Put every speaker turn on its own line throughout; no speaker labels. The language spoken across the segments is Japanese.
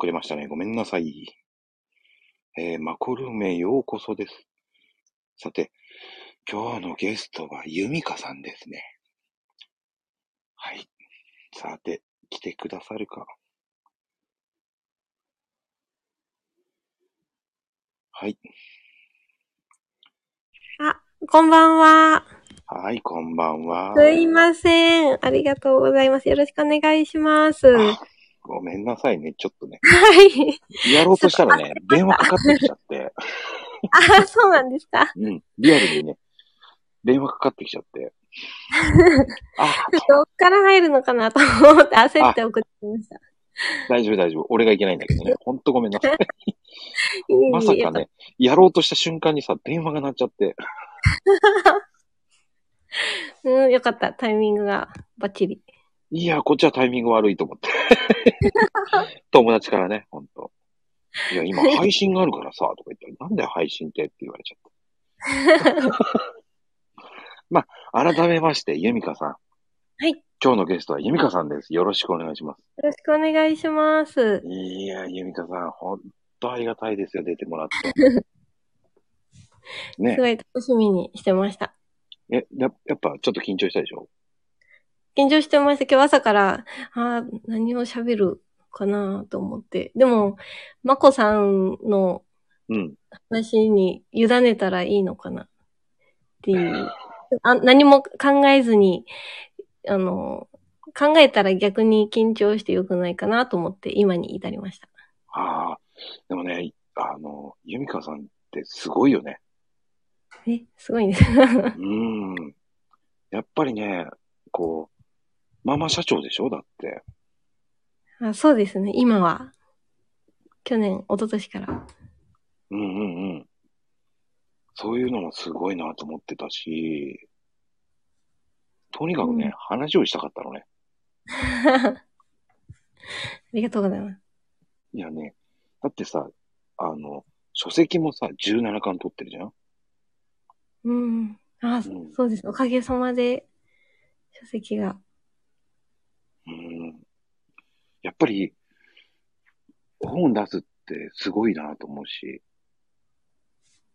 遅れましたね。ごめんなさい。えーマコルームへようこそです。さて、今日のゲストはユミカさんですね。はい。さて、来てくださるか。はい。
こんばんは。
はい、こんばんは。
すいません。ありがとうございます。よろしくお願いします。は
あごめんなさいね、ちょっとね。
い。
やろうとしたらね、電話かかってきちゃって、
あ、そうなんですか。
うん、リアルにね、電話かかってきちゃって。あ、
ちょっと、どっから入るのかなと思って焦って送ってきました。
大丈夫大丈夫。俺がいけないんだけど ね。ほんとごめんなさい。
いえいえ
まさか。ね、やろうとした瞬間にさ、電話が鳴っちゃって。
うん、よかった。タイミングがバッチリ。
いや、こっちはタイミング悪いと思 って。友達からね、ほんと。いや、 今配信があるからさ、とか言ったら、なんだよ配信ってって言われちゃった。 まあ、改めまして、ユミカさん。
はい。よ
今日のゲストはユミカさんです。よろしくお願いします。
ろしくお願いします。
いや、ユミカさん、ほんとありがたいですよ、出てもらって。 ね
すごい楽しみにしてました。
え、ややっぱちょっと緊張したでしょ
緊張してました。今日朝から、あー何を喋るかなと思って。でも、まこさんの
うん。
話に委ねたらいいのかなっていう。あ何も考えずに、あの、考えたら逆に緊張して良くないかなと思って今に至りました。
ああ、でもね、あの、ユミカさんってすごいよ ね。
え、すごいです。は
うん。やっぱりね、こう、ママ社長でしょだって。
あそうですね、今は。去年、一昨年から。
うんうんうん。そういうのもすごいなと思ってたし、とにかくね、
うん
話をしたかったのね。
ありがとうございます。
いやね、だってさ、あの、書籍もさ、17巻取ってるじゃん
うん。あ、
うん
そうです。おかげさまで、書籍が。
うん。やっぱり、本出すってすごいなと思うし、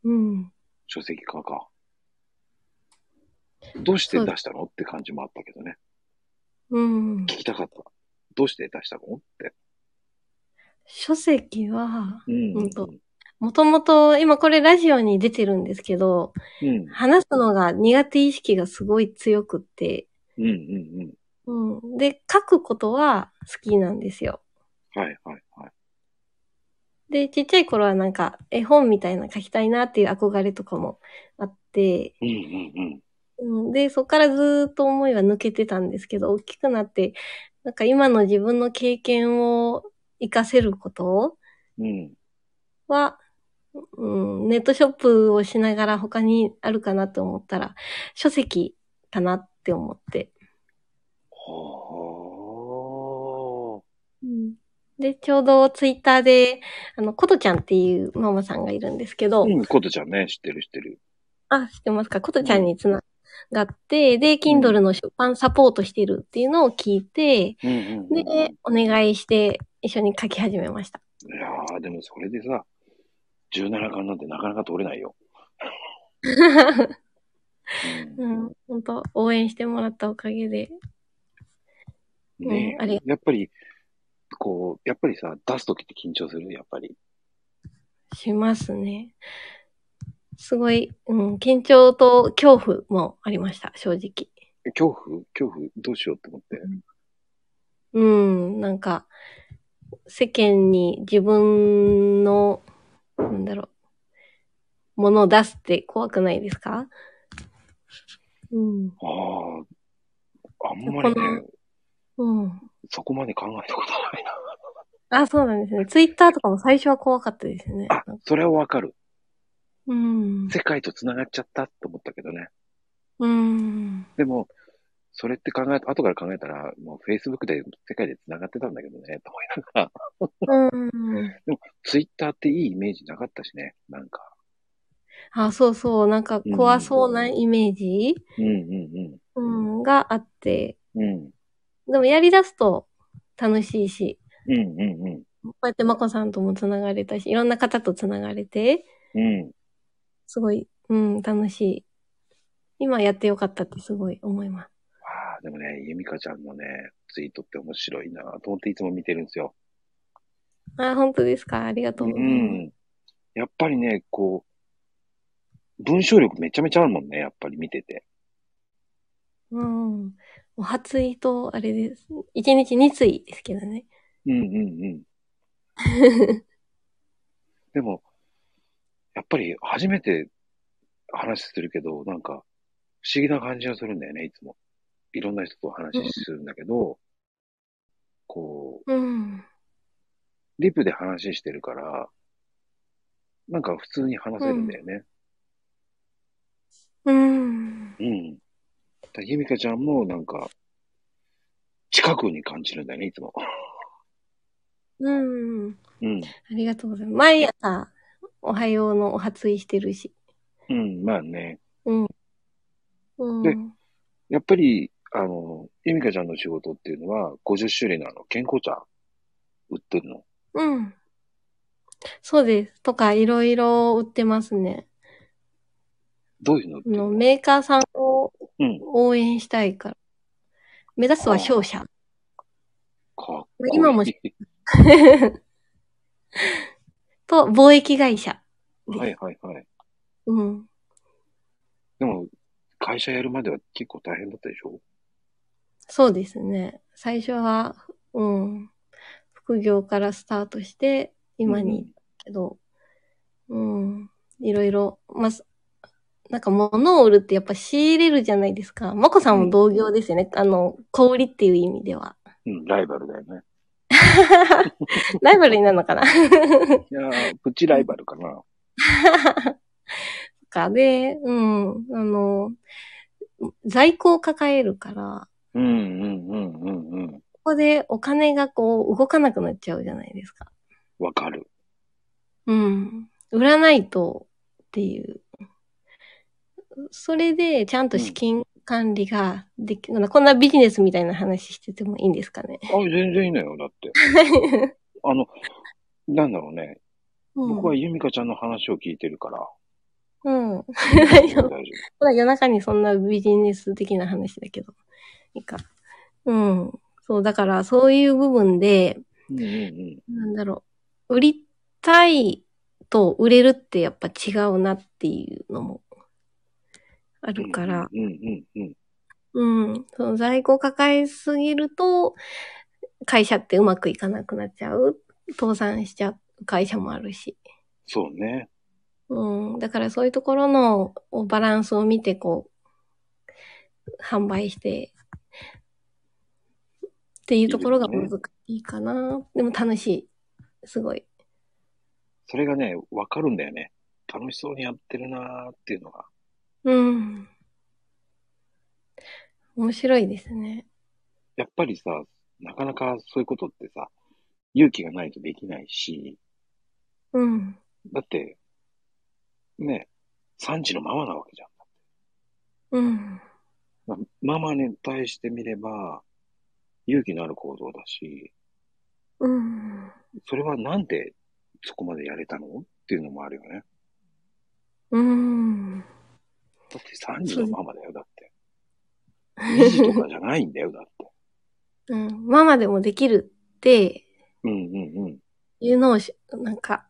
うん。
書籍化か。どうして出したのって感じもあったけどね。
うん。
聞きたかった。どうして出したのって。
書籍は、
うん
本当もともと、今これラジオに出てるんですけど、
うん。
話すのが苦手意識がすごい強くって、
うんうんうん。
うん。で、書くことは好きなんですよ。
はいはいはい。
で、ちっちゃい頃はなんか絵本みたいなの書きたいなっていう憧れとかもあって、
うんうんうん。
うん、で、そこからずーっと思いは抜けてたんですけど、大きくなって、なんか今の自分の経験を活かせること
うん。
は、うん、ネットショップをしながら他にあるかなと思ったら、書籍かなって思って。
ほー。
で、ちょうどツイッターで、あの、ことちゃんっていうママさんがいるんですけど、
うん、ことちゃんね、知ってる知ってる。
あ、知ってますかことちゃんにつながって、で、Kindle の出版サポートしてるっていうのを聞いて、
うんうん、うん。
で、お願いして一緒に書き始め ました。
いやー、でもそれでさ、17巻なんてなかなか取れないよ。
う、
うん
本当応援してもらったおかげで。
ん、ね
うんあり
やっぱり、こう、やっぱりさ、出すときって緊張するやっぱり。
しますね。すごい、うん、緊張と恐怖もありました、正直。
恐怖恐怖どうしようと思って。
うん、なんか、世間に自分の、なんだろう、ものを出すって怖くないですかうん。
ああ、あんまり
こ
ね
の、うん。
そこまで考えたことないな。
あ、そうなんですね。ツイッターとかも最初は怖かったですね。
あ、それはわかる。
うん。
世界と繋がっちゃったと思ったけどね。
うん。
でも、それって考え、後から考えたら、もう Facebook で世界で繋がってたんだけどね、と思いながら。
うん。
Twitter っていいイメージなかったしね、なんか。
あ、そうそう。なんか怖そうなイメージ、
うんうん
うん、があって。
うん。うん。
でもやり出すと楽しいし、
うんうんうん。
こうやってまこさんともつながれたし、いろんな方とつながれて、
うん。
すごい、うん、楽しい。今やってよかったってすごい思います。
ああ、でもね、ゆみかちゃんのね、ツイートって面白いなと思っていつも見てるんですよ。
あ、本当ですかありがと
う
うございます。
ん。やっぱりね、こう、文章力めちゃめちゃあるもんね、やっぱり見てて。
うん。もう初意と、あれです。一日二対ですけどね。
うんうんうん。でも、やっぱり初めて話するけど、なんか、不思議な感じがするんだよね、いつも。いろんな人と話するんだけど、こう、
うん。
リプで話してるから、なんか普通に話せるんだよね。
うん。
うん。だからゆみかちゃんもなんか、近くに感じるんだよね、いつも。
うん。
うん。
ありがとうございます。毎朝、おはようのお初意してるし。
うん、まあね。
う
で
ん。
やっぱり、あの、ゆみかちゃんの仕事っていうのは、50種類のあの、健康茶、売ってるの。
うん。そうです。とか、いろいろ売ってますね。
どういうの売って
あ
る
の
の
メーカーさんを
うん。
応援したいから。目指すは勝者。
かっこいい。
今も と、貿易会社。
はいはいはい。
うん。
でも、会社やるまでは結構大変だったでしょ
そうですね。最初は、うん。副業からスタートして、今に、けど、うん。いろいろ、まあ、すなんか物を売るってやっぱ仕入れるじゃないですか。まこさんも同業ですよね。あの、小売りっていう意味では。
うん、ライバルだよね。
ライバルになるのかな
いやー、プチライバルかな。
かで、うん。あの、在庫を抱えるから、
うんうんうんうんうん。
ここでお金がこう動かなくなっちゃうじゃないですか。
わかる。
うん。売らないとっていう。それで、ちゃんと資金管理ができる、こんなビジネスみたいな話しててもいいんで すかね。
あ、全然いいのよ、だって。あの、なんだろうね。僕はユミカちゃんの話を聞いてる から。
うん。うん。
大
丈夫
夫。
まだ夜中にそんなビジネス的な話だけど。いいか。うん。そう、だから、そういう部分で、
うんうんうん。
なんだろう。売りたいと売れるってやっぱ違うなっていうのもあるから、
うんうんうんうん。
うん。その在庫抱えすぎると、会社ってうまくいかなくなっちゃう。倒産しちゃう会社もあるし。
そうね。
うん。だからそういうところのおバランスを見て、こう、販売して、っていうところが難しいかな。でも楽しい。すごい。
それがね、わかるんだよね。楽しそうにやってるなーっていうのが。
うん。面白いですね。
やっぱりさ、なかなかそういうことってさ、勇気がないとできないし、
うん。
だって、ね、産地のままなわけじゃん。
うん。
まあママに対してみれば、勇気のある行動だし、
うん。
それはなんでそこまでやれたのっていうのもあるよね。
うん。
だって3時のママだよ、だって。2時とかじゃないん だよ、だって。
うん、ママでもできるって
うんうんうん。
いうのをし、なんか、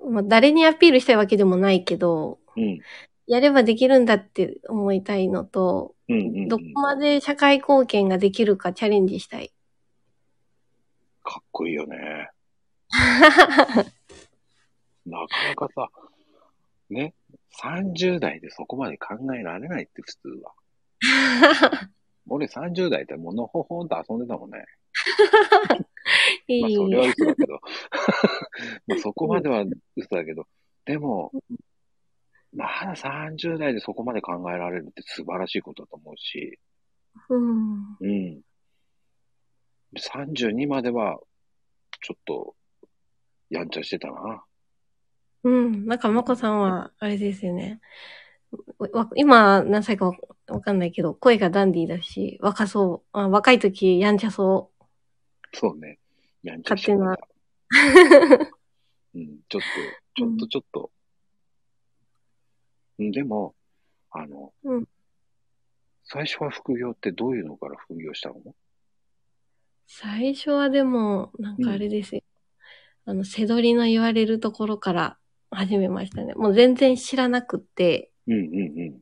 まあ、誰にアピールしたいわけでもないけど、
うん。
やればできるんだって思いたいのと、
うんうん、うん。
どこまで社会貢献ができるかチャレンジしたい。
かっこいいよ ね。なかなかさ、ね、30代でそこまで考えられないって普通 は。俺30代ってもうのほほんと遊んでたもんね。
い
まあ
い
それは嘘だけど。 まあそこまでは嘘だけど。でも、まだ30代でそこまで考えられるって素晴らしいことだと思うし、
うん。
うん。32までは、ちょっと、やんちゃしてたな。
うん。なんか、まこさんは、あれですよね。わ今、何歳かわわかんないけど、声がダンディーだし、若そう。あ若い時、やんちゃそう。
そうね。やんちゃしてくれた
勝
うん、ちょっと、ちょっと、ちょっと。うん、でも、あの、
うん
最初は副業ってどういうのから副業したの
最初はでも、なんかあれですよ。あの、せどりの言われるところから始めましたね。もう全然知らなくって、
うんうん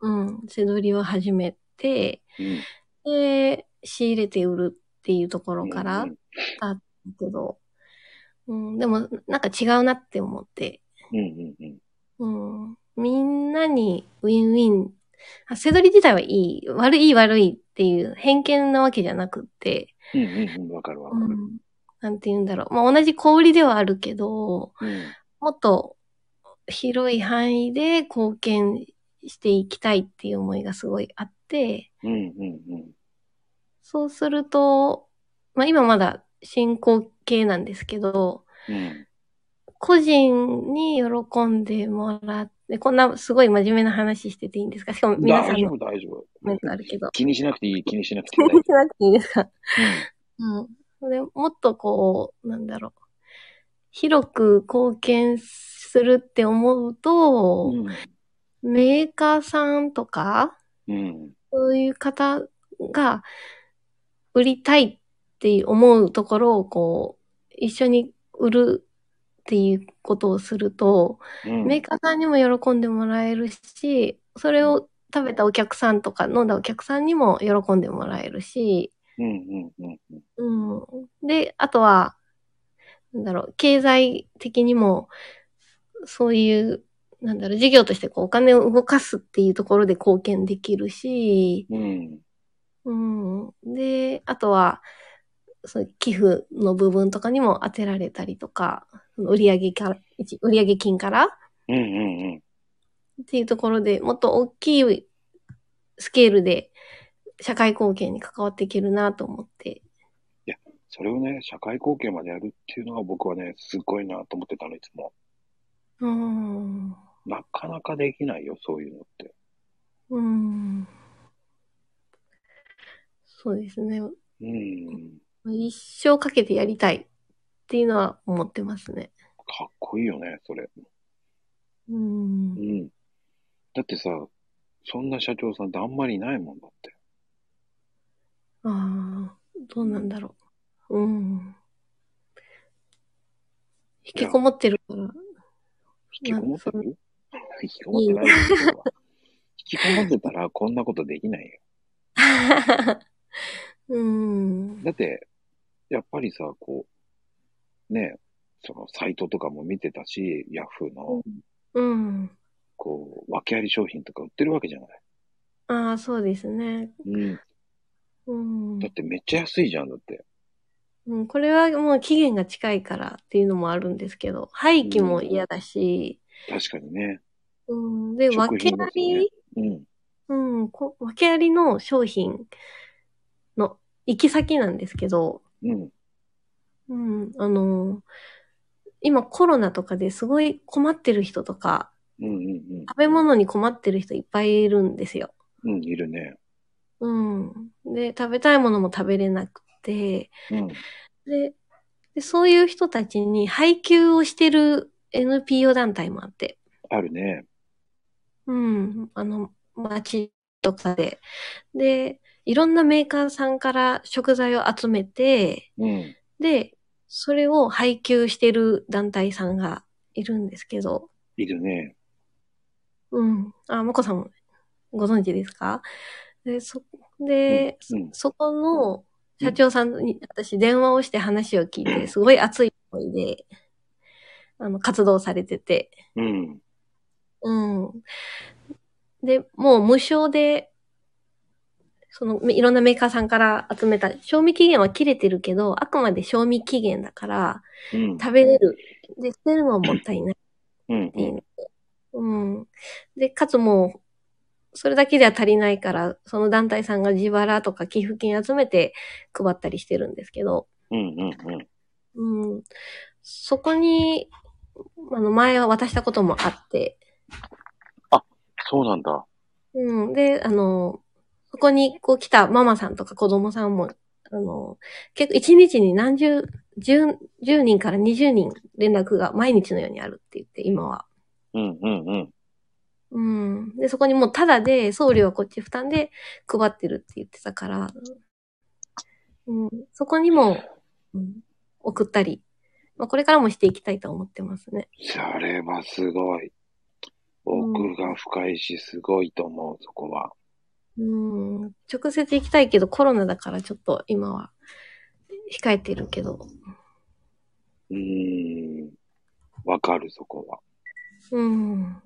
うん。
うん、せどりを始めて、
うん、
で、仕入れて売るっていうところから、
う
だ
ん
けど、うん、でも、なんか違うなって思って、
うんうんうん。
うん、みんなにウィンウィン、あせどり自体はいい、悪い悪いっていう偏見なわけじゃなくって、
うんうんうん。わかるわか
う
る。
んなんて言うんだろう。まあ、同じ小売りではあるけど、
うん
もっと広い範囲で貢献していきたいっていう思いがすごいあって、
うんうんうん。
そうすると、まあ、今まだ進行形なんですけど、
うん
個人に喜んでもらって、こんなすごい真面目な話してていいんですかしかも皆さん
大丈
のコ
夫、大丈夫。
メントあるけど。
気にしなくていい、気にしなくて
気
いい
に。しなくていいですかうん。それもっとこう、なんだろう。広く貢献するって思う
う
と、
ん。
メーカーさんとか、
うん。
そういう方が売りたいって思うところをこう、一緒に売るっていうことをすると、
うん。
メーカーさんにも喜んでもらえるし、それを食べたお客さんとか飲んだお客さんにも喜んでもらえるし、
うんうんうんうん。
うん。で、あとは、なんだろう、経済的にも、そういう、なんだろう、事業としてこうお金を動かすっていうところで貢献できるし、
うん。
うん。で、あとは、そういう寄付の部分とかにも当てられたりとか、その売上から、一売上金からっ
うんうんうん。
ていうところでもっと大きいスケールで社会貢献に関わっていけるなと思って。
それをね、社会貢献までやるっていうのは僕はね、すごいなと思ってたの、いつも。
うん。
なかなかできないよ、そういうのって。
うんそうですね。
うん。
一生かけてやりたいっていうのは思ってますね。
かっこいいよね、それ。
う。
うんん。だってさ、そんな社長さんってあんまりいないもんだって。
ああ、どうなんだろう。うん。引きこもってるから。
引きこもって
なん
る引きこもってないよそれは引きこもってたらこんなことできないよ。
うん。
だって、やっぱりさ、こう、ね、そのサイトとかも見てたし、ヤフーの、
うん。
こう、訳あり商品とか売ってるわけじゃない。
ああ、そうですね。
うん。
うん
だ。ってめっちゃ安いじゃん、だって。
うん、これはもう期限が近いからっていうのもあるんですけど、廃棄も嫌だし、
確かにね。
うん、で、
食
分け
品
あ
ですよね
り
うん。
うん、こ訳ありの商品の行き先なんですけど、
うん。
うん、あの今コロナとかですごい困ってる人とか、
うんうん
食べ物に困ってる人いっぱいいるんですよ。
うん。うん、いるね。
うん。で、食べたいものも食べれなくて、
うん。
で、でそういう人たちに配給をしてる NPO 団体もあって、
あるね。
うん、あの、街とかで。で、いろんなメーカーさんから食材を集めて、
うん。
で、それを配給してる団体さんがいるんですけど、
いるね。
うん。あ、まこさんもご存知ですかで、そ、で、
うんうん
そそこの社長さんに私電話をして話を聞いて、すごい熱い思いで、あの、活動されてて、
うん。
うん。で、もう無償で、その、いろんなメーカーさんから集めた、賞味期限は切れてるけど、あくまで賞味期限だから、
うん。
食べれる。で、捨てるのはもったいないっ
うん。
ていうので。うん。で、かつもう、それだけでは足りないから、その団体さんが自腹とか寄付金集めて配ったりしてるんですけど、
うん。うん。うん。
うん。そこに、あの、前は渡したこともあって、
そうなんだ。
うん。で、あの、そこにこう来たママさんとか子供さんもあの、結構一日に何十、十、十人から二十人連絡が毎日のようにあるって言って、今は。
うんうんうん。
うん。で、そこにもうタダで送料はこっち負担で配ってるって言ってたから、うん、そこにも、うん、送ったり、まあ、これからもしていきたいと思ってますね。
それはすごい。奥が深いし、すごいと思う、そこは。
うん、直接行きたいけどコロナだからちょっと今は控えてるけど。
うーん。わかる、そこは。
うん。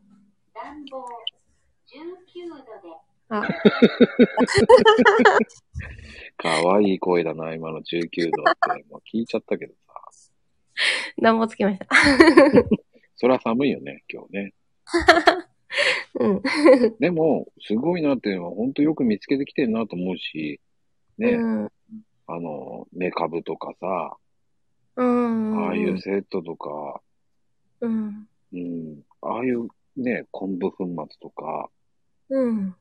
暖房19度で
あ、
かわいい声だな、今の19度って。もう聞いちゃったけどさ。
暖房つきました。
それは寒いよね、今日ね。
うん。
でも、すごいなっていうのは、ほんとよく見つけてきてるなと思うし、ね、
うん。
あの、メカブとかさ、
うん。
ああいうセットとか、
うん。
うん、ああいうね、昆布粉末とか、
うん。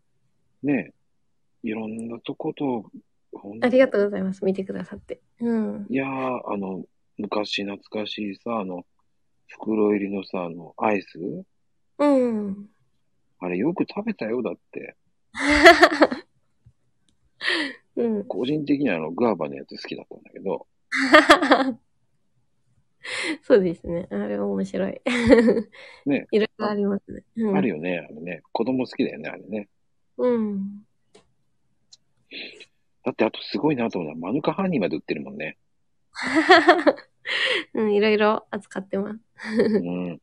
ね、いろんなとこと、ほん
ありがとうございます。見てくださって。うん。
いやー、あの、昔懐かしいさ、あの、袋入りのさ、あの、アイス
うん。
あれよく食べたよ、だって。
うん。
個人的にはあの、グアバのやつ好きだったんだけど、
そうですね。あれは面白い。
ね。
いろいろありますね。うん、
あるよね、あれね。子供好きだよね、あれね。
うん。
だってあとすごいなと思うのは、マヌカハニーまで売ってるもんね。
うん、いろいろ扱ってます。
うん。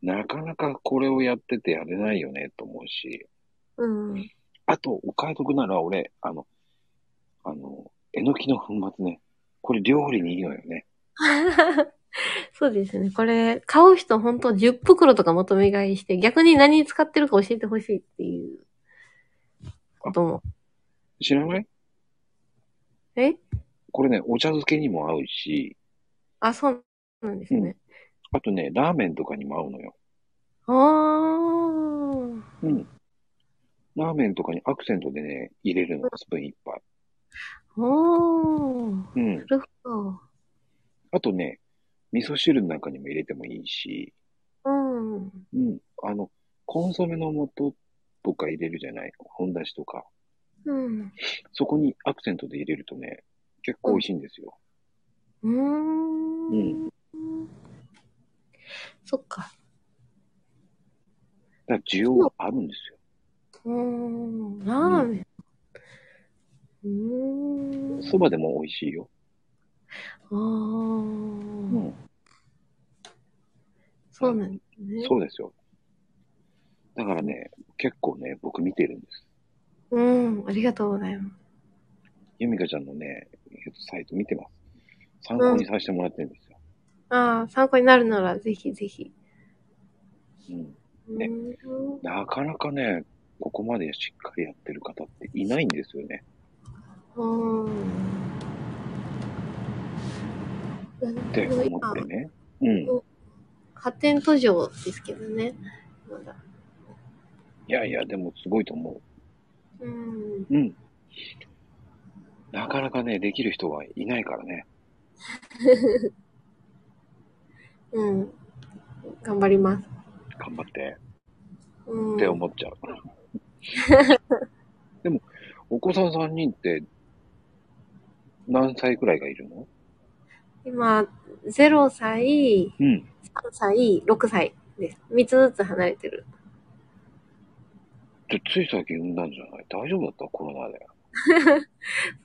なかなかこれをやっててやれないよね、と思うし。
うん。
あと、お買い得なら俺、あの、あの、えのきの粉末ね。これ料理にいいのよね。
そうですね。これ、買う人ほんと10袋とか求め買いして、逆に何に使ってるか教えてほしいっていうことも。
知らない
え
これね、お茶漬けにも合うし、
あ、そうなんですね。
あとね、ラーメンとかにも合うのよ。
あー。
うん。ラーメンとかにアクセントでね、入れるの、スプーン一杯。
おー。
うん。
なるほ
あとね、味噌汁なんかにも入れてもいいし、
ど。うん。
うん。あの、コンソメの素とか入れるじゃない本だしとか。
うん。
そこにアクセントで入れるとね、結構美味しいんですよ。
うーん。
うん
そっか。
だから需要があるんですよ。
うーん。ラーメン。うーん。
そばでも美味しいよ。
あ
う
ー。
ん。
そうなんですね。
そうですよ。だからね、結構ね、僕見てるんです。
うん。ありがとうございます。
ゆみかちゃんのね、サイト見てます。参考にさせてもらってるんですよ。
ああ、参考になるなら、ぜひぜひ。
うん。
う
ね
ーん
なかなかね、ここまでしっかりやってる方っていないんですよね。
うーん。
って思ってね。うん。
発展途上ですけどね。まだ。
いやいや、でもすごいと思
うん。
う。うん。なかなかね、できる人はいないからね。
うん。頑張ります。
頑張って。
うん。
って思っちゃう。でも、お子さん3人って、何歳くらいがいるの
今、0歳、
うん。
3歳、6歳です。3つずつ離れてる。
で、つい最近産んだんじゃない大丈夫だったコロナで。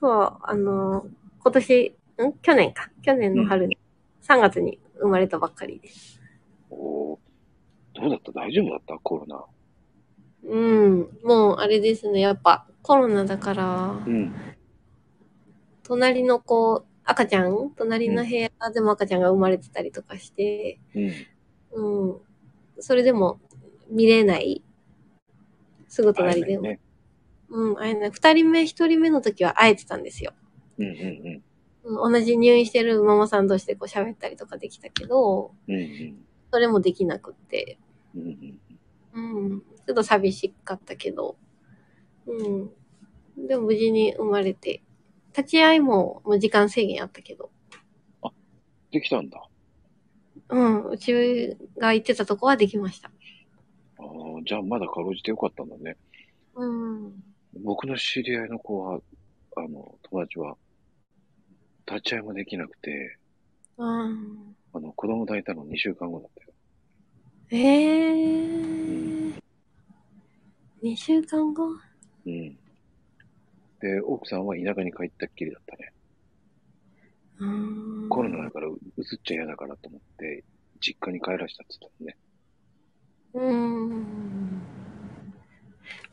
そう、あの、今年、ん去年か。去年の春に、3月に生まれたばっかりです。
おーどうだった大丈夫だったコロナ。
うん。もう、あれですね。やっぱ、コロナだから、
うん。
隣の子、赤ちゃん隣の部屋でも赤ちゃんが生まれてたりとかして、
うん。
うん。それでも、見れない。すぐ隣でも。
ね。
うん、会えない。二人目、一人目の時は会えてたんですよ。
うんうん
うん同じ入院してるママさん同士でこう喋ったりとかできたけど、
うん。うんうん。
それもできなくって、
うんうん、
うん、ちょっと寂しかったけど、うん。でも無事に生まれて、立ち会いももう時間制限あったけど。
できたんだ。
うん、うちが行ってたとこはできました。
ああ、じゃあまだかろうじてよかったんだね。
うん。
僕の知り合いの子は、あの、友達は、立ち会いもできなくて、
うん。
あの、子供抱いたの2週間後だったよ。
えー。2週間後
うん。で、奥さんは田舎に帰ったっきりだったね。
うん。
コロナだから、う移っちゃ嫌だからと思って、実家に帰らしたって言ったのね。
うん。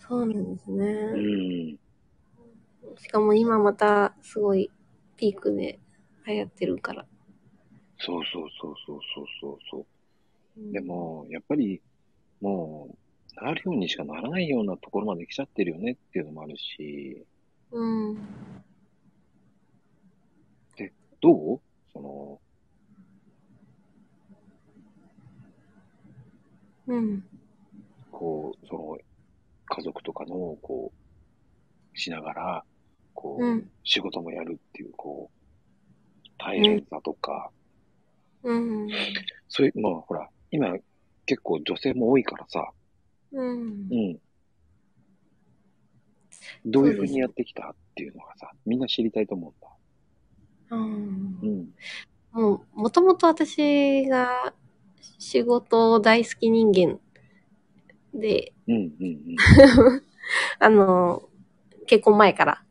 そうなんですね。
うん。
しかも今またすごいピークで流行ってるから。
そうそうそうそうそうそうそう。
うん
で、も、やっぱり、もう、なるようにしかならないようなところまで来ちゃってるよねっていうのもあるし、
うん。
どうその、
うん。
こう、その、家族とかの、こう、しながら、こう、
うん
仕事もやるっていう、こう、大変さとか、
うん。
そういう、まあほら、今、結構女性も多いからさ、
うん
う。ん。どういうふ
そう
う
です
にやってきたっていうのがさ、みんな知りたいと思うんだ。
うん
うん。
もう、もともと私が仕事大好き人間で、
うん、うん、うん。
あの、結婚前から。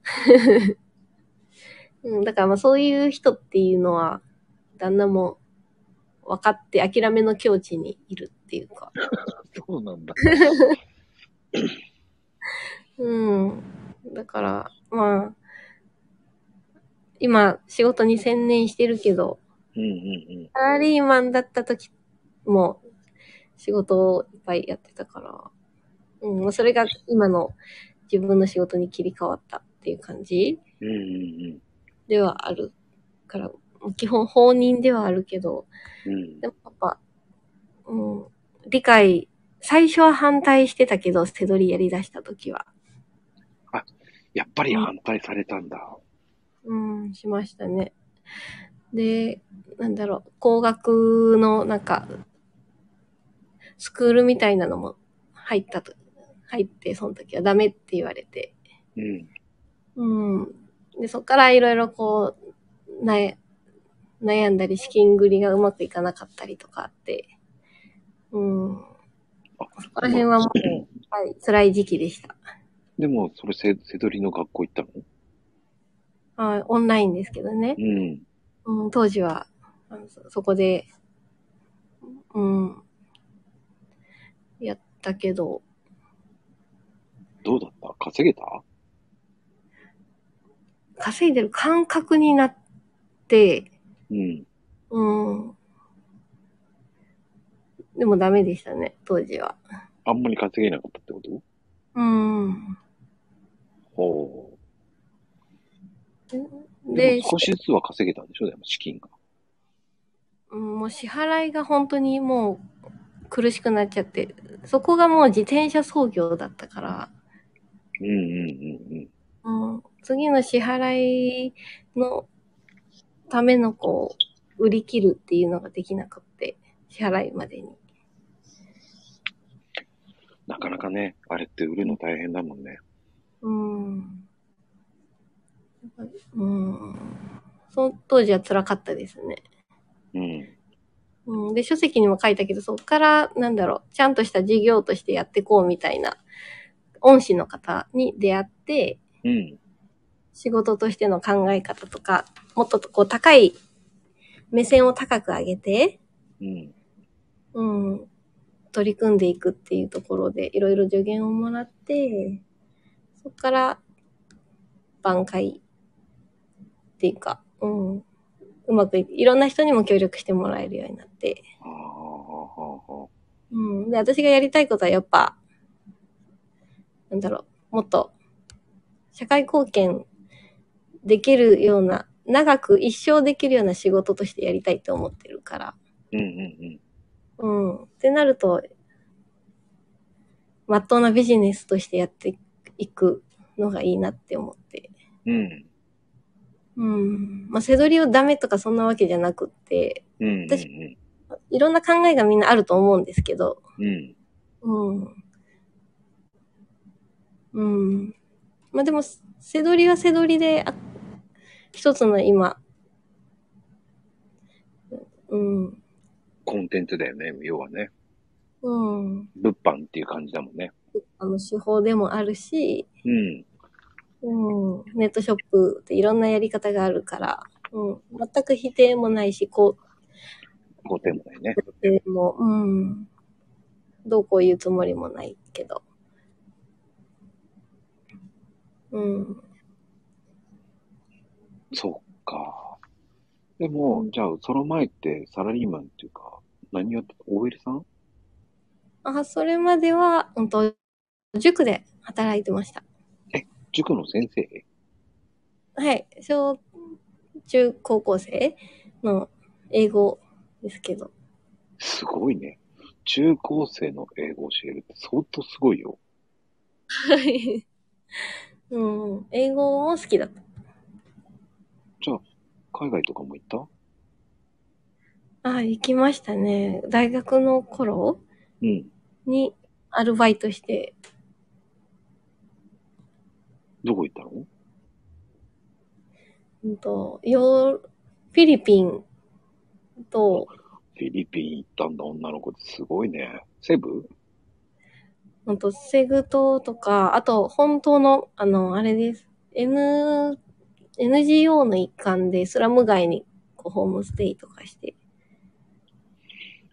うん、だからまあそういう人っていうのは、旦那も分かって諦めの境地にいるっていうか。
そうなんだ。
うん。だから、まあ、今仕事に専念してるけど、
うん、うん、うん。
サラリーマンだった時も仕事をいっぱいやってたから、うん、それが今の自分の仕事に切り替わったっていう感じ
うんうん
ではあるから、基本放任ではあるけど、
うん。うん
でもやっぱ、うん、理解、最初は反対してたけど、手取りやり出した時は。
やっぱり反対されたんだ。
うん、しましたね。で、なんだろう、工学の、なんか、スクールみたいなのも入ったと、入って、その時はダメって言われて。
うん。
うん。で、そっからいろいろこう、なえ悩んだり、資金繰りがうまくいかなかったりとかあって、うん。
あ、
そこら辺はもう、はい、辛い時期でした。
でも、それ、せ、せどりの学校行ったの
はい、オンラインですけどね。
うん。
うん、当時は、あのそそこで、うん、やったけど、
どうだった稼げた
稼いでる感覚になって、
うん。
うん。でもダメでしたね、当時は。
あんまり稼げなかったってこと
うん。
ほう。でも
で、
少しずつは稼げたんでしょでも資金が。
うんもう支払いが本当にもう苦しくなっちゃって、そこがもう自転車操業だったから、
うんうんうんうん。
うん、次の支払いのためのこう、売り切るっていうのができなくって、支払いまでに。
なかなかね、あれって売るの大変だもんね。
うん。うん。その当時は辛かったですね。
うん。
うん、で、書籍にも書いたけど、そこから、なんだろう、ちゃんとした事業としてやってこうみたいな、恩師の方に出会って、
うん。
仕事としての考え方とか、もっとこう高い、目線を高く上げて、
うん。
うん、取り組んでいくっていうところでいろいろ助言をもらって、そこから挽回っていうか、うん、うまくいいろんな人にも協力してもらえるようになって、
はあはあはあはあ。
うん、で、私がやりたいことはやっぱ、なんだろう、もっと社会貢献できるような、長く一生できるような仕事としてやりたいと思ってるから、
うんうん
うん。ってなると、まっとうなビジネスとしてやっていくのがいいなって思って。
うん。うん。
うん。まあ、せどりをダメとかそんなわけじゃなくって、
うんうん
私いろんな考えがみんなあると思うんですけど、
うん。うん。
うん。うん。まあでも、せどりはせどりで、あ一つの今、うん。
コンテンツだよね、要はね。
うん。
物販っていう感じだもんね。
あの、手法でもあるし、
うん。
うん。ネットショップっていろんなやり方があるから、うん。全く否定もないし、こう、
ごてもないね。
えーもう、うん。どうこう言うつもりもないけど。うん。
そうか。でも、じゃあ、その前ってサラリーマンっていうか、何やってた ?OL さん
あ、それまでは、うんと、塾で働いてました。
塾の先生
はい。小、中、高校生の英語ですけど。
すごいね。中高生の英語を教えるって相当すごいよ。
はい。うん。英語も好きだった。
海外とかも行った
あ、行きましたね。大学の頃
うん。
にアルバイトして、
どこ行ったの
うんと、ヨー、フィリピンと、
フィリピン行ったんだ、女の子ってすごいね。セブ
うんと、セグ島とか、あと、本当の、あの、あれです。N、NGO の一環でスラム街にこうホームステイとかして。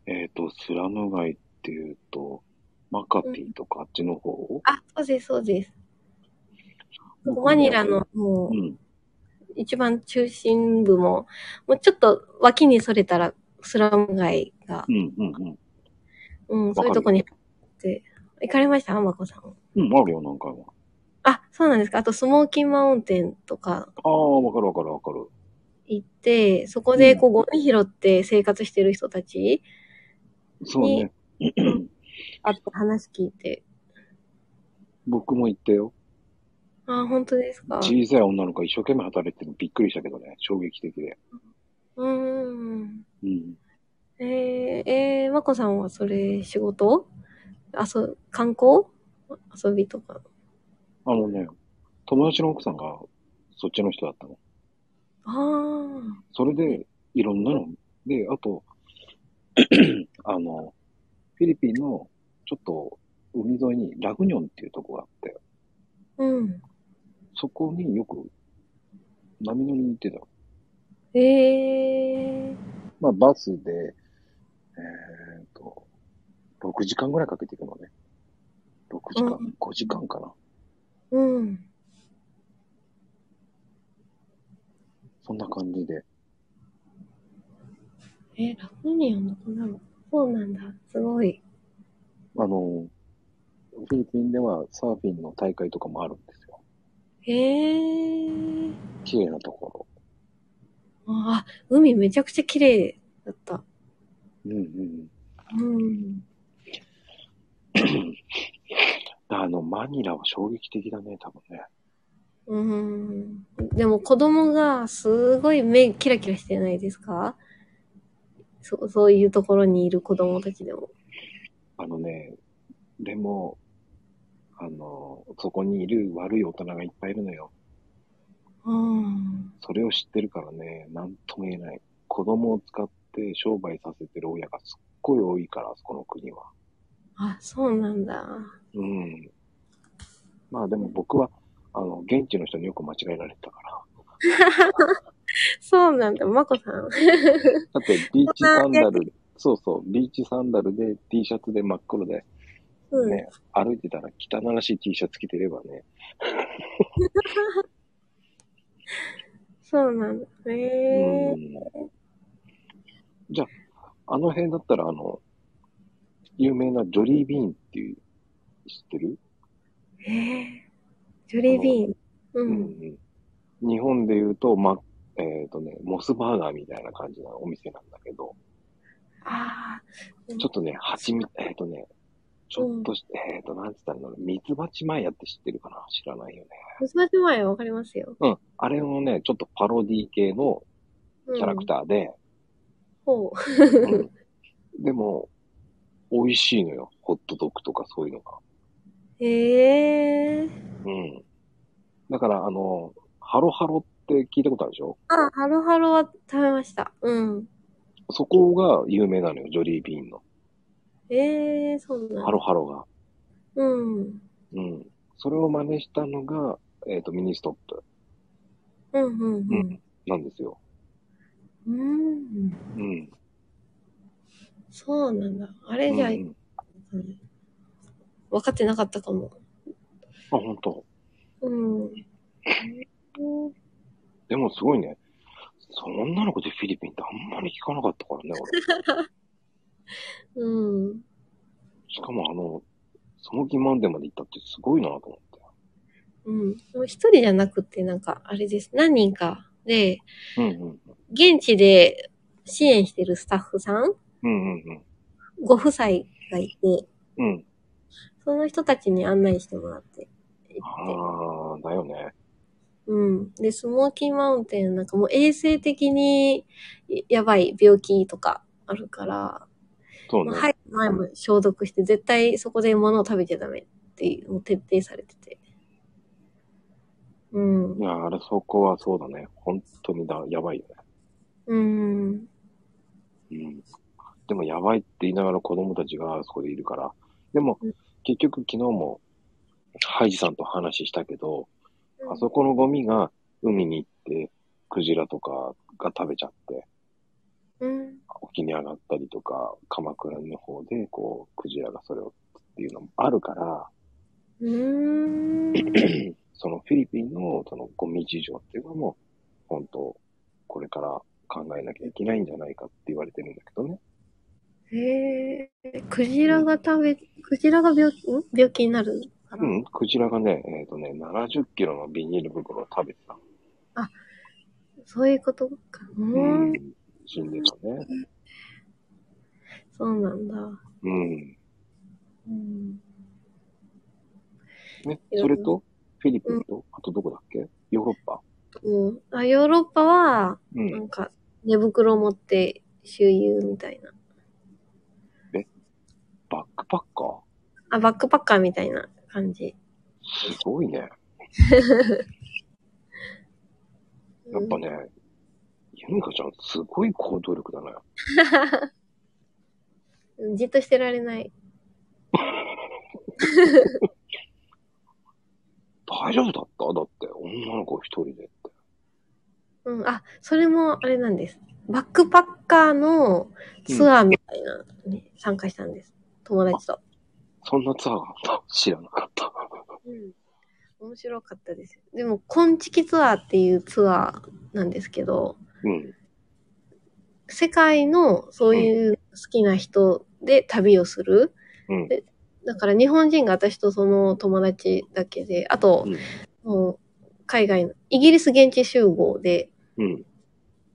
えっ、と、スラム街っていうと、マカティとかあっちの方、
あ、そうです、そうです。マニラのも
う。
うん一番中心部も、もうちょっと脇にそれたらスラム街が
う、ん、うん、うん。
うん、そういうとこにって、行かれましたあまこさん。
うん、あるよ、何回も。
あ、そうなんですか。あと、スモーキーマウンテンとか
ああ、わかるわかるわかる。
行って、そこでこうゴミ拾って生活してる人たち、
そうね。
あと話聞いて。
僕も行ったよ。
あ、本当ですか。
小さい女の子が一生懸命働いてるのびっくりしたけどね。衝撃的で。
うーん。
うん。
えー、えー、まこさんはそれ仕事あそ、観光遊びとか。
あのね、友達の奥さんがそっちの人だったの。
ああ。
それで、いろんなの。で、あと、 あの、フィリピンのちょっと海沿いにラグニョンっていうとこがあって、
うん。
そこによく波乗りに行ってた。
ええー。
まあ、バスで、えっ、と、6時間ぐらいかけていくのね。6時間、
うん
5時間かな。
うん。
そんな感じで。
えー、ラグニアの子なのそうなんだ。すごい。
あの、フィリピンではサーフィンの大会とかもあるんですよ。
ええー。
綺麗なとこ
あ、海めちゃくちゃ綺麗だった。
ろ。うんうん。
うん。
あの、マニラは衝撃的だね、多分ね。
うん。でも子供がすごい目キラキラしてないですかそう、そういうところにいる子供たちでも。
あのね、でも、あの、そこにいる悪い大人がいっぱいいるのよ。
うん。
それを知ってるからね、なんとも言えない。子供を使って商売させてる親がすっごい多いから、あそこの国は。
あ、そうなんだ。
うん。まあでも僕は、あの、現地の人によく間違えられてたから。
そうなんだ。まこさ
だっ
ん。
て、ビーチサンダル、そうそう、ビーチサンダルで T シャツで真っ黒で、
うん。
ね、歩いてたら汚らしい T シャツ着てればね、
そうなんだ。へえ
う。んじゃあ、あの辺だったら、あの、有名なジョリービーンっていう、知ってる、
へえ。ジョリービーン。う。
うんん日本で言うと、ま、えっ、とね、モスバーガーみたいな感じのお店なんだけど、
ああ。
ちょっとね、蜂蜜、えっ、とね、ちょっとしえっ、と、なんつったらいいの、ミツバチ前やって知ってるかな知らないよね。
ムサジュマイはわかりますよ。
うん。あれのね、ちょっとパロディ系の
うん
キャラクターで、
ほう。
うんでも、美味しいのよ。ホットドッグとかそういうのが。
ええー。
うん。だから、あの、ハロハロって聞いたことあるでしょ
あ、ハロハロは食べました。うん。
そこが有名なのよ。ジョリービーンの。
ええー、そうなんだ
ハロハロが。
うん。
うん。それを真似したのが、えっ、と、ミニストップ
うん、うん、
なんですよ。
うん。うん。
うん。
そうなんだ。あれじゃ、
うんうん
うん分かってなかったかも。
あ、本当。
うん。うん
でもすごいね。その女の子でフィリピンってあんまり聞かなかったからね、 俺。
うん。
しかもあの、その疑問でまで行ったってすごいなと思っ
うん。でも一人じゃなくて、なんか、あれです。何人かで、
て。うんうん。
現地で支援してるスタッフさん、
うんうんうん。
ご夫妻がいて、
うん。
その人たちに案内してもらって。
ああ、だよね。
うん。で、スモーキーマウンテン、なんかもう衛生的にややばい病気とかあるから、
そう
ま
ね。
あ入る前も消毒して、絶対そこで物を食べちゃダメっていうのを徹底されてて。うん
い。や、あれ、そこはそうだね。本当にだ、やばいよ
うん。
ね。うん。でも、やばいって言いながら子供たちがそこでいるから。でも
うん、
結局昨日も、ハイジさんと話したけど、あそこのゴミが海に行って、クジラとかが食べちゃって、
うん。
沖に上がったりとか、鎌倉の方で、こう、クジラがそれをっていうのもあるから、
うん。
そのフィリピンのそのゴミ事情っていうのも、本当、これから考えなきゃいけないんじゃないかって言われてるんだけどね。
へえ、クジラが食べ、クジラが病気、ん病気になるか
う
な、
ん、クジラがね、えっ、とね、70キロのビニール袋を食べてた。
そういうことか。う
うんん。、死んでたね。
そうなんだ。
うん。
うん。
ね、
いろいろ
それと、フィリピンと、あとどこだっけヨーロッパ
うんあ、ヨーロッパは、
う。
なんんか、寝袋持って周遊みたいな。
バックパッカー
あ、バックパッカーみたいな感じ。
すごいね。やっぱね、ユミカちゃんすごい行動力だな。
うんじっとしてられない。
大丈夫だっただって、女の子一人でって。
うん。あ、それもあれなんです。バックパッカーのツアーみたいなのに参加したんです。友達と。
そんなツアーがあった知らなかった。
うん。面白かったですよ。でも、昆虫ツアーっていうツアーなんですけど、
うん。
世界のそういう好きな人で旅をする。
うん
でだから日本人が私とその友達だけで、あと、
うん
もう海外の、イギリス現地集合で、
うん。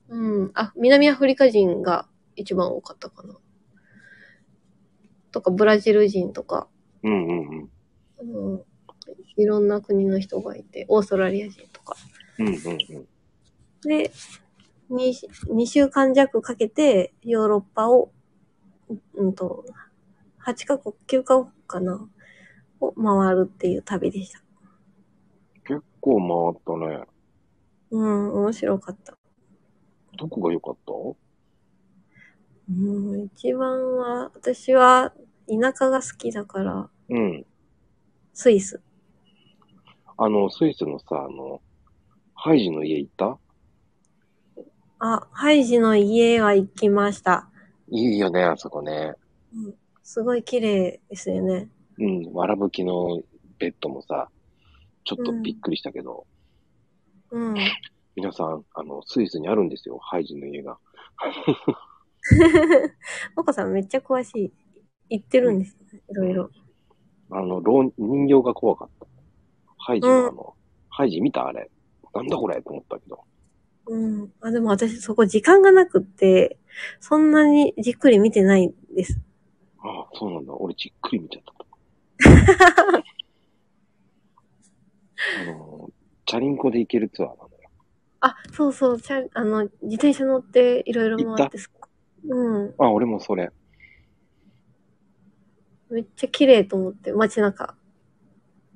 うん、あ、南アフリカ人が一番多かったかな。とか、ブラジル人とか、
うんうんうん。
うん、いろんな国の人がいて、オーストラリア人とか。
うんうんうん。
で、2, 2週間弱かけてヨーロッパを、うんと、8カ国、9カ国かな、を回るっていう旅でした。
結構回ったね。
うん、面白かった。
どこが良かった
うん、一番は、私は田舎が好きだから、
うん。
スイス。
あの、スイスのさ、あの、ハイジの家行った
あ、ハイジの家は行きました。
いいよね、あそこね。
うん、すごい綺麗ですよね。
うん。わらぶきのベッドもさ、ちょっとびっくりしたけど、
うん。
皆さん、あの、スイスにあるんですよ、ハイジの家が。
もこさんめっちゃ詳しい。行ってるんですね。いろいろ。
あの、老人形が怖かった。ハイジのあの、ハイジ見たあれ。なんだこれと思ったけど。
うん。あ、でも私そこ時間がなくって、そんなにじっくり見てないです。
ああ、そうなんだ。俺じっくり見ちゃった。あの、チャリンコで行けるツアーなのよ。
あ、そうそう、ちゃん、あの、自転車乗っていろいろ回ってすっごうん。
あ、俺もそれ。
めっちゃ綺麗と思って、街中。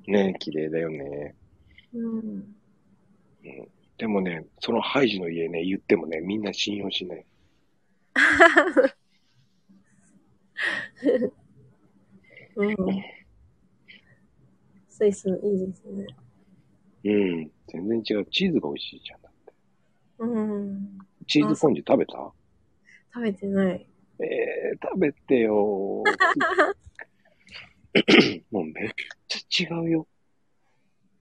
ね綺麗だよね。
うん。
でもね、そのハイジの家ね、言ってもね、みんな信用しない。
うん。スイス、いいですね。
うん。全然違う。チーズが美味しいじゃん。
うん。
チーズポンジ食べた
食べてない。
えー、食べてよも うめっちゃ違うよ。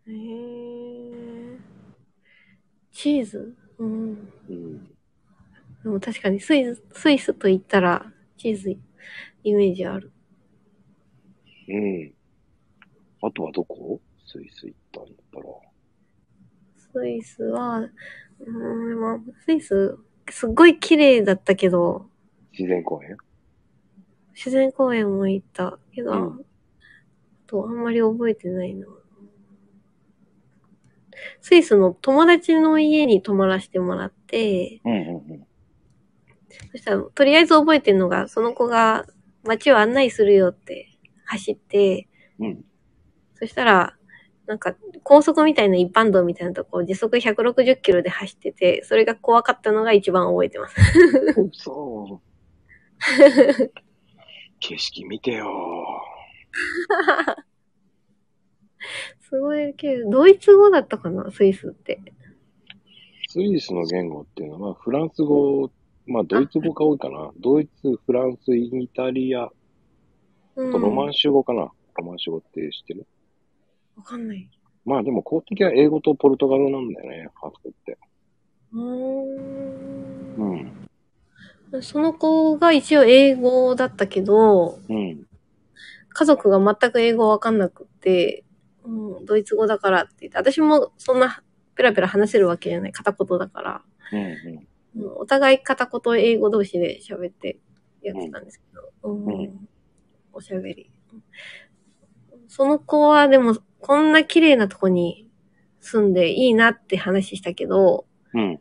へーチーズうん。
うん。
でも確かにスイス、スイスと言ったら、チーズ、イメージある。
うん。あとはどこスイス行ったんだったら。
スイスは、うん、でもスイス、すっごい綺麗だったけど、
自然公園
自然公園も行ったけど、
うん
あとあんまり覚えてないな。スイスの友達の家に泊まらせてもらって、
うんうんうん。
そしたら、とりあえず覚えてるのが、その子が街を案内するよって走って、
うん
そしたら、なんか高速みたいな一般道みたいなとこを時速160キロで走ってて、それが怖かったのが一番覚えてます。
そう。景色見てよ。
すごいけど、ドイツ語だったかな、スイスって。
スイスの言語っていうのは、フランス語、まあドイツ語が多いかな。ドイツ、フランス、イタリア、あ
うん、
とロマ
わ
ンシュ語かな。ロマンシュ語って知ってる
かんない。
まあでも公的は英語とポルトガルなんだよね、あそこって。
うー
うん。
ん。その子が一応英語だったけど、
うん。
家族が全く英語わかんなくって、うん、ドイツ語だからって言って、私もそんなペラペラ話せるわけじゃない、片言だから。
うんうん。
うんお互い片言英語同士で喋ってやってたんですけど、う
う
ん
ん
おしゃべり。その子はでも、こんな綺麗なとこに住んでいいなって話したけど、
うん。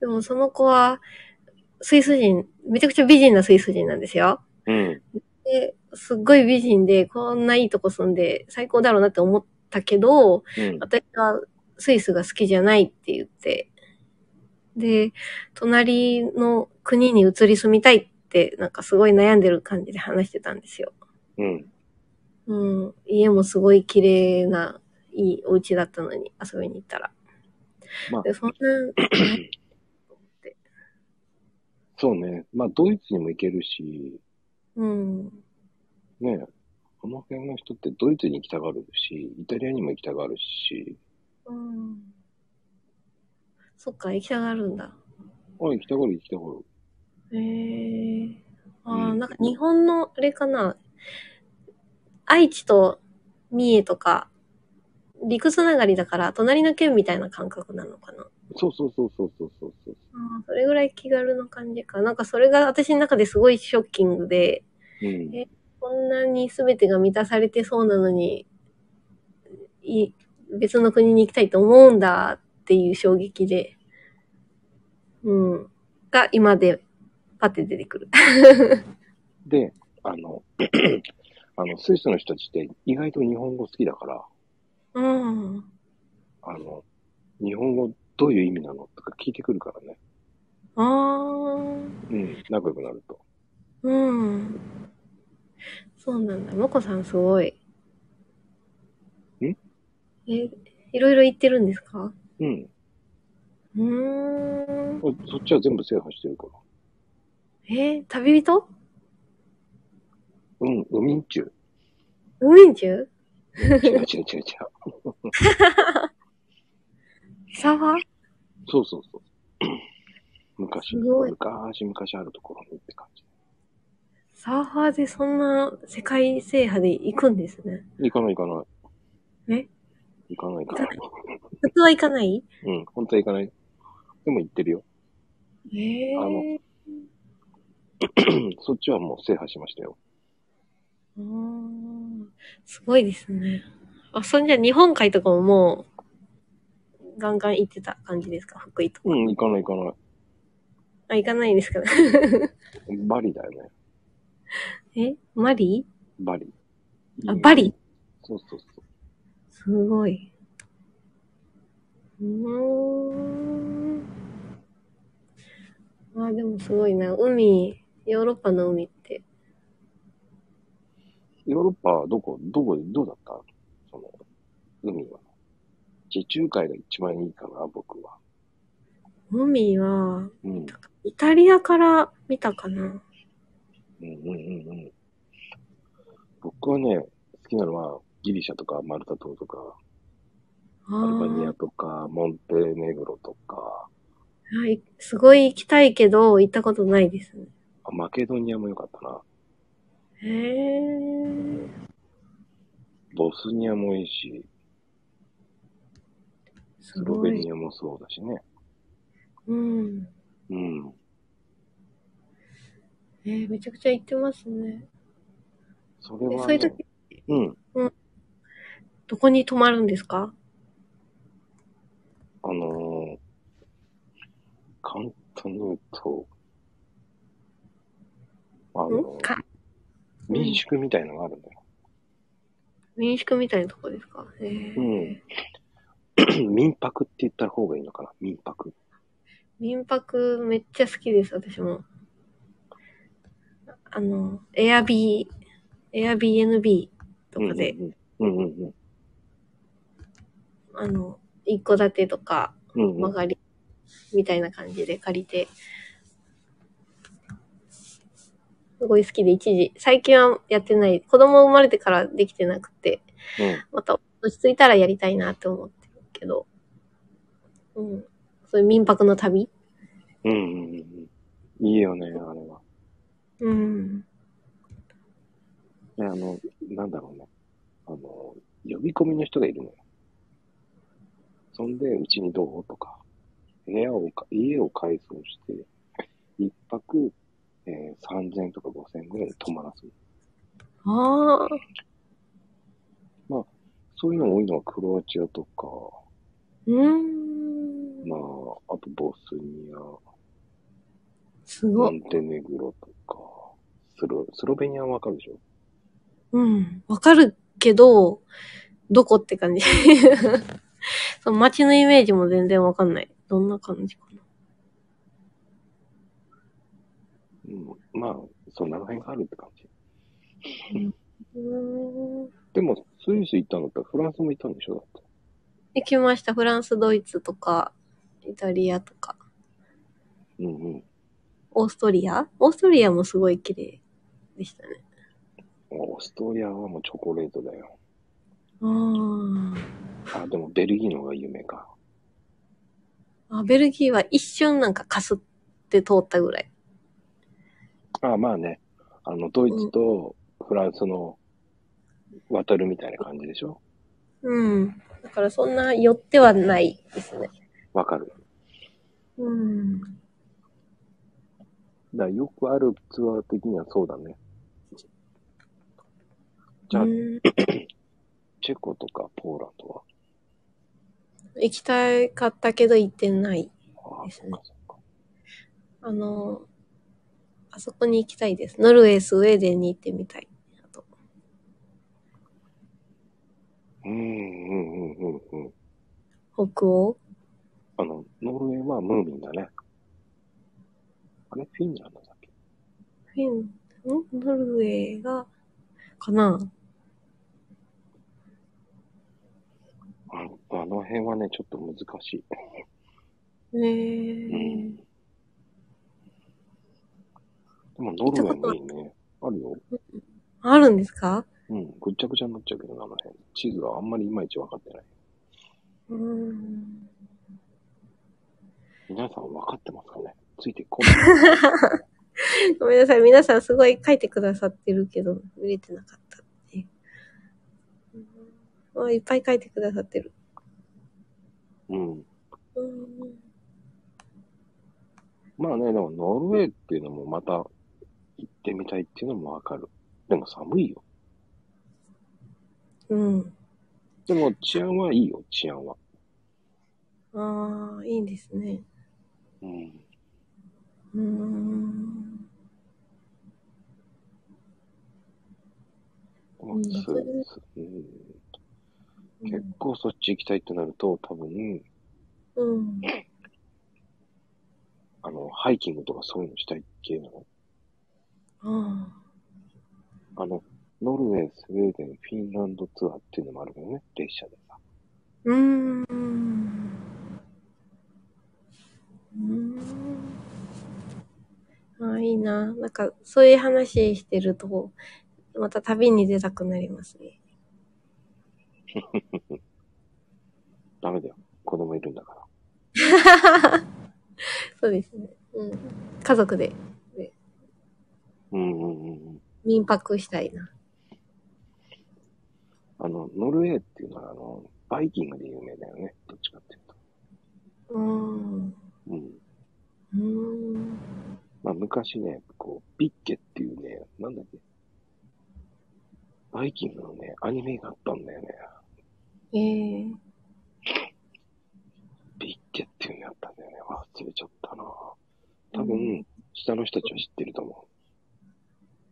でもその子は、スイス人、めちゃくちゃ美人なスイス人なんですよ。
うん。
で、すっごい美人で、こんないいとこ住んで最高だろうなって思ったけど、
うん。
私はスイスが好きじゃないって言って、で、隣の国に移り住みたいって、なんかすごい悩んでる感じで話してたんですよ。
うん。
うん。家もすごい綺麗な、いいお家だったのに遊びに行ったら。
まあ
でそんな、
そうね。まあ、ドイツにも行けるし、
うん。
ね、この辺の人ってドイツに行きたがるし、イタリアにも行きたがるし、
うん。そっか、行きたがるんだ。
あ、行きたがる行きたがる。
へえ。ああ、
うん
なんか日本の、あれかな。愛知と三重とか、陸つながりだから、隣の県みたいな感覚なのかな。
そうそうそうそうそうそうそう。
ああ、それぐらい気軽な感じか。なんかそれが私の中ですごいショッキングで、
うん。
えこんなに全てが満たされてそうなのに、い別の国に行きたいと思うんだっていう衝撃で、うん。が今で、パって出てくる。
で、あの、 あの、スイスの人たちって意外と日本語好きだから、
うん。
あの、日本語どういう意味なのとか聞いてくるからね。
あー
うん。仲良くなると。
うん。そうなんだ。もこさんすごい。
ん
え、いろいろ言ってるんですか
うん。
うーん。
そそっちは全部制覇してるから。
えー旅人
うん、ウミンチュ。
ウミンチュ
違う違う違う違う。
サーファー
そうそう そう。昔、
すごい
昔、昔あるところにって感じ。
サーファーでそんな世界制覇で行くんですね。
行かない行かない。
え
行かない行かない。
普通は行かない
うん、本当は行かない。でも行ってるよ。
え
ーそっちはもう制覇しましたよ。
うん。すごいですね。あ、そんじゃ日本海とかももガンガン行ってた感じですか福井とか。
うん、行かない行かな
あ、行かないんですか
い。バリだよね。
えマリ
バリ。
あ、バリ
そうそうそう。
すごい。うーん。あー、でもすごいな。海、ヨーロッパの海って。
ヨーロッパはどこ、どこで、どうだったその、海は。地中海が一番いいかな、僕は。
海は、
うん。
イタリアから見たかな。
うんうんうんうん。僕はね、好きなのは、ギリシャとかマルタ島とか、
あ
アルバニ
ー
アとか、モンテネグロとか、
はい。すごい行きたいけど、行ったことないですね。
あマケドニアも良かったな。
へー。
ボスニアもいいし、
す
スロ
ご
ベ
い。
ニアもそうだしね。
うん。
うん。
えー、めちゃくちゃ行ってますね。
それ
え
は、
そうい
ね
う、時、
うん。
どこに泊まるんですか
あのー、簡単に言うと、あの
ん
ー、
か
民宿みたいのがあるんだよ。
民宿みたいなとこですかへー
うん 民泊って言った方がいいのかな民泊。
民泊めっちゃ好きです、私も。あの、エアビー、エア BNB とかで、
うんうんうん。
あの、一戸建てとか、
うんうんうん。
曲がり、みたいな感じで借りて、すごい好きで一時、最近はやってない、子供生まれてからできてなくて、
うん
また落ち着いたらやりたいなって思ってるけど、うん。そういう民泊の旅
うんうんうん。いいよね、あれは。
うん。
であの、なんだろうね。あの、呼び込みの人がいるのよ。そんで、うちにどうとか、部屋をか、家を改装して、一泊、えー、3000円とか5000円ぐらいで泊まらす。
ああ、
そういうのが多いのはクロアチアとか、
うーん。
まあ、あとボスニア、
す
モ
ごい。
ンテネグロとか、スロスロベニアはわかるでしょ
うん。わかるけど、どこって感じ。 そう街のイメージも全然わかんない。どんな感じかな。
うん、まあ、そんなの辺があるって感じ。
うーん。
でも、スイス行ったんだったらフランスも行ったんでしょだって。
行きました。フランス、ドイツとか、イタリアとか、
うんうん。
オーストリアオーストリアもすごい綺麗でしたね。
オーストリアはもうチョコレートだよ。
あ
あ、でもベルギーの方が有名か。
あ。あ、ベルギーは一瞬なんかかすって通ったぐらい。
あまあね。あの、ドイツとフランスの渡るみたいな感じでしょ
うん。だからそんな寄ってはないですね。
わかる。
うん。
だからよくあるツアー的にはそうだね。じゃあ
うん
チェコとかポーランドは
行きたかったけど行ってない。
ああ、
です
そっ
ね
かそっか。
あの、あそこに行きたいです。ノルウェー、スウェーデンに行ってみたい。あと
うんうんうんうんうん。
北欧
あの、ノルウェーはムーミンだね。あれフィンランドだっけ
フィン、んノルウェーが、かな
あのあの辺はね、ちょっと難しい。
え
う
ー
ん、でもノルウェーもいいね。あるよ。
あるんですか
うん。ぐっちゃぐちゃになっちゃうけどな、あの辺。地図があんまりいまいち分かってない。
うーん。
皆さん分かってますかねついてこない。
ごめんなさい。皆さんすごい書いてくださってるけど、見れてなかったっていううんあいっぱい書いてくださってる。
うん。
うん
まあね、でもノルウェーっていうのもまた行ってみたいっていうのも分かる。でも寒いよ。
うん。
でも治安はいいよ、治安は。
ああ、いいですね。
うん。
うーん。ん
すうん結構そっち行きたいってなると、多分、
うん。
あの、ハイキングとかそういうのしたい系なの。
あ
あの、ノルウェー、スウェーデン、フィンランドツアーっていうのもあるからね、列車でさ。
ーうーん。うーん。ああ、いいな。なんか、そういう話してると、また旅に出たくなりますね。
ダメだよ。子供いるんだから。
そうですね。うん。家族で
うんうんうんうん。
民泊したいな。
あの、ノルウェーっていうのは、あの、バイキングで有名だよね。どっちかっていうと。
うーん。
うん。
うーん。
まあ、昔ね、こう、ビッケっていうね、なんだっけ。バイキングのね、アニメがあったんだよね。
ええー。
ビッケっていうのやったんだよね。忘れちゃったな多分、下の人たちは知ってると思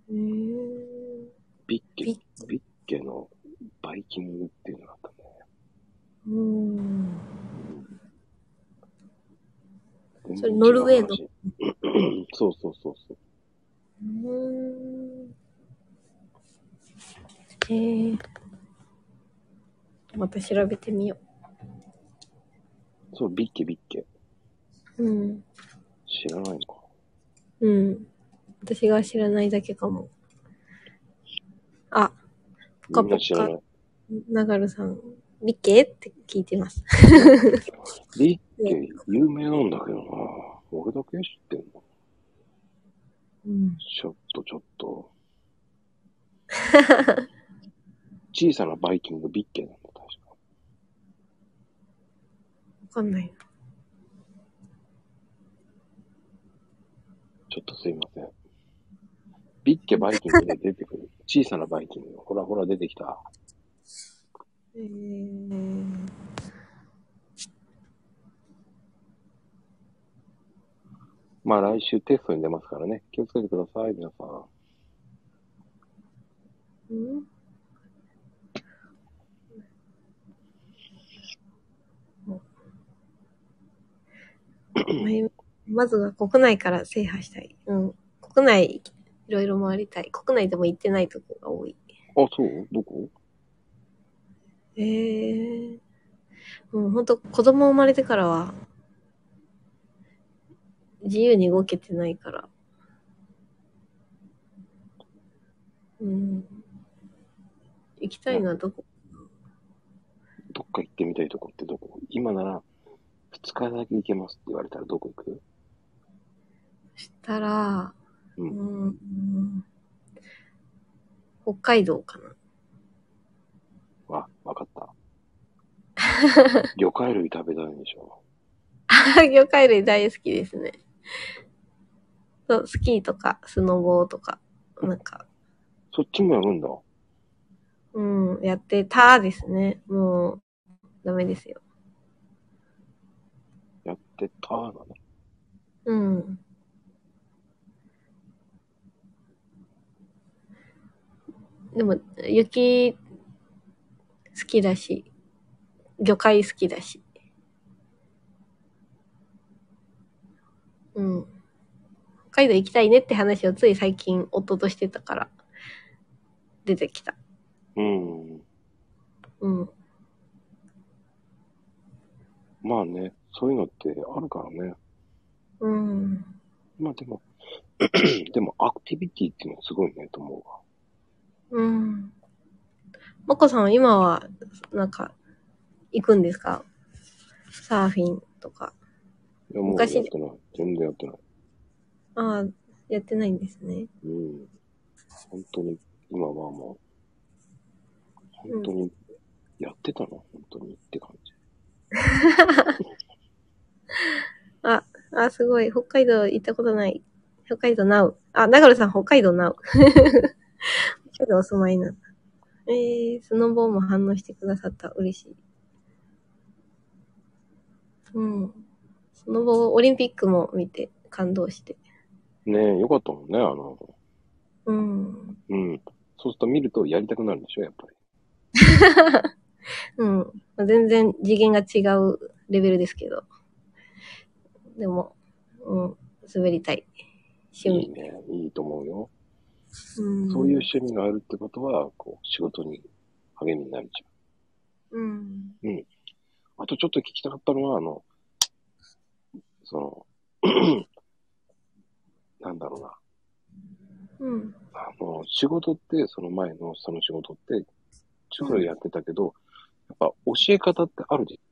えー、
う。ビッケ、
ビ
ビ
ッ
ッケのバイキングっていうのがあったんだよ
うーん。
ね。
それノルウェーの
のそうそうそうそう。
うーん。えー、また調べてみよ
そう、ビッケビッケ。
う。うん。
知らないのか。
うん。私が知らないだけかも。あ、ぽか
みん
ぽ
な知らな
か、
い。
なるさん、ビッケって聞いてます。
ビッケ、有名なんだけどな俺だけ知ってんの
うん。
ちょっとちょっと。小さなバイキングビッケなんだ、確か。
わかんないな。
ちょっとすいません。ビッケバイキングで出てくる。小さなバイキング。ほらほら出てきた。
えー、
まあ来週テストに出ますからね。気をつけてください、皆さん。
うんままずは国内から制覇したい。うん。国内、いろいろ回りたい。国内でも行ってないとこが多い。
あ、そうどこ
ええもうほんと、子供生まれてからは、自由に動けてないから。うん。行きたいのはどこ
どっか行ってみたいとこってどこ今なら2日だけ行けますって言われたらどこ行く
したら、
う。
うんん、うん北海道かな。
あ、わかった。魚介類食べたいんでしょ。
あ魚介類大好きですね。そう、スキーとか、スノボーとか、なんか、
そっちもやるんだ。
うん、やってたですね。もう、ダメですよ。
やってたなの。
うん。でも、雪、好きだし、魚介好きだし。うん。北海道行きたいねって話をつい最近夫としてたから、出てきた。
うん。
うん。
まあね、そういうのってあるからね。
うん。
まあでも、 でもアクティビティっていうのはすごいねと思うわ。
うん。まこさんは今は、なんか、行くんですかサーフィンとか。
いやもうやっ
昔
てない。全然やってない。
ああ、やってないんですね。
うん。本当に、今はもう、本当に、やってたの、本当にって感じ。
ああ、すごい。北海道行ったことない。北海道なう。あ、だからさ ん、北海道なう。北海道お住まいなんだ。えー、スノボーも反応してくださった。嬉しい。うん。その後、オリンピックも見て、感動して。
ねえ、よかったもんね、あの、
うん。
うん。そうすると見るとやりたくなるんでしょ、やっぱり。
うん。まあ全然次元が違うレベルですけど。でも、うん、滑りたい。趣
いい
味。
ね、いいと思うよ。
うん、
そういう趣味があるってことは、こう、仕事に励みになるじ
うん。
ゃん。あとちょっと聞きたかったのは、あの、その、 なんだろうな。
うん。
あの、仕事って、その前のその仕事って、ちょっとやってたけど、やっぱ教え方ってあるじ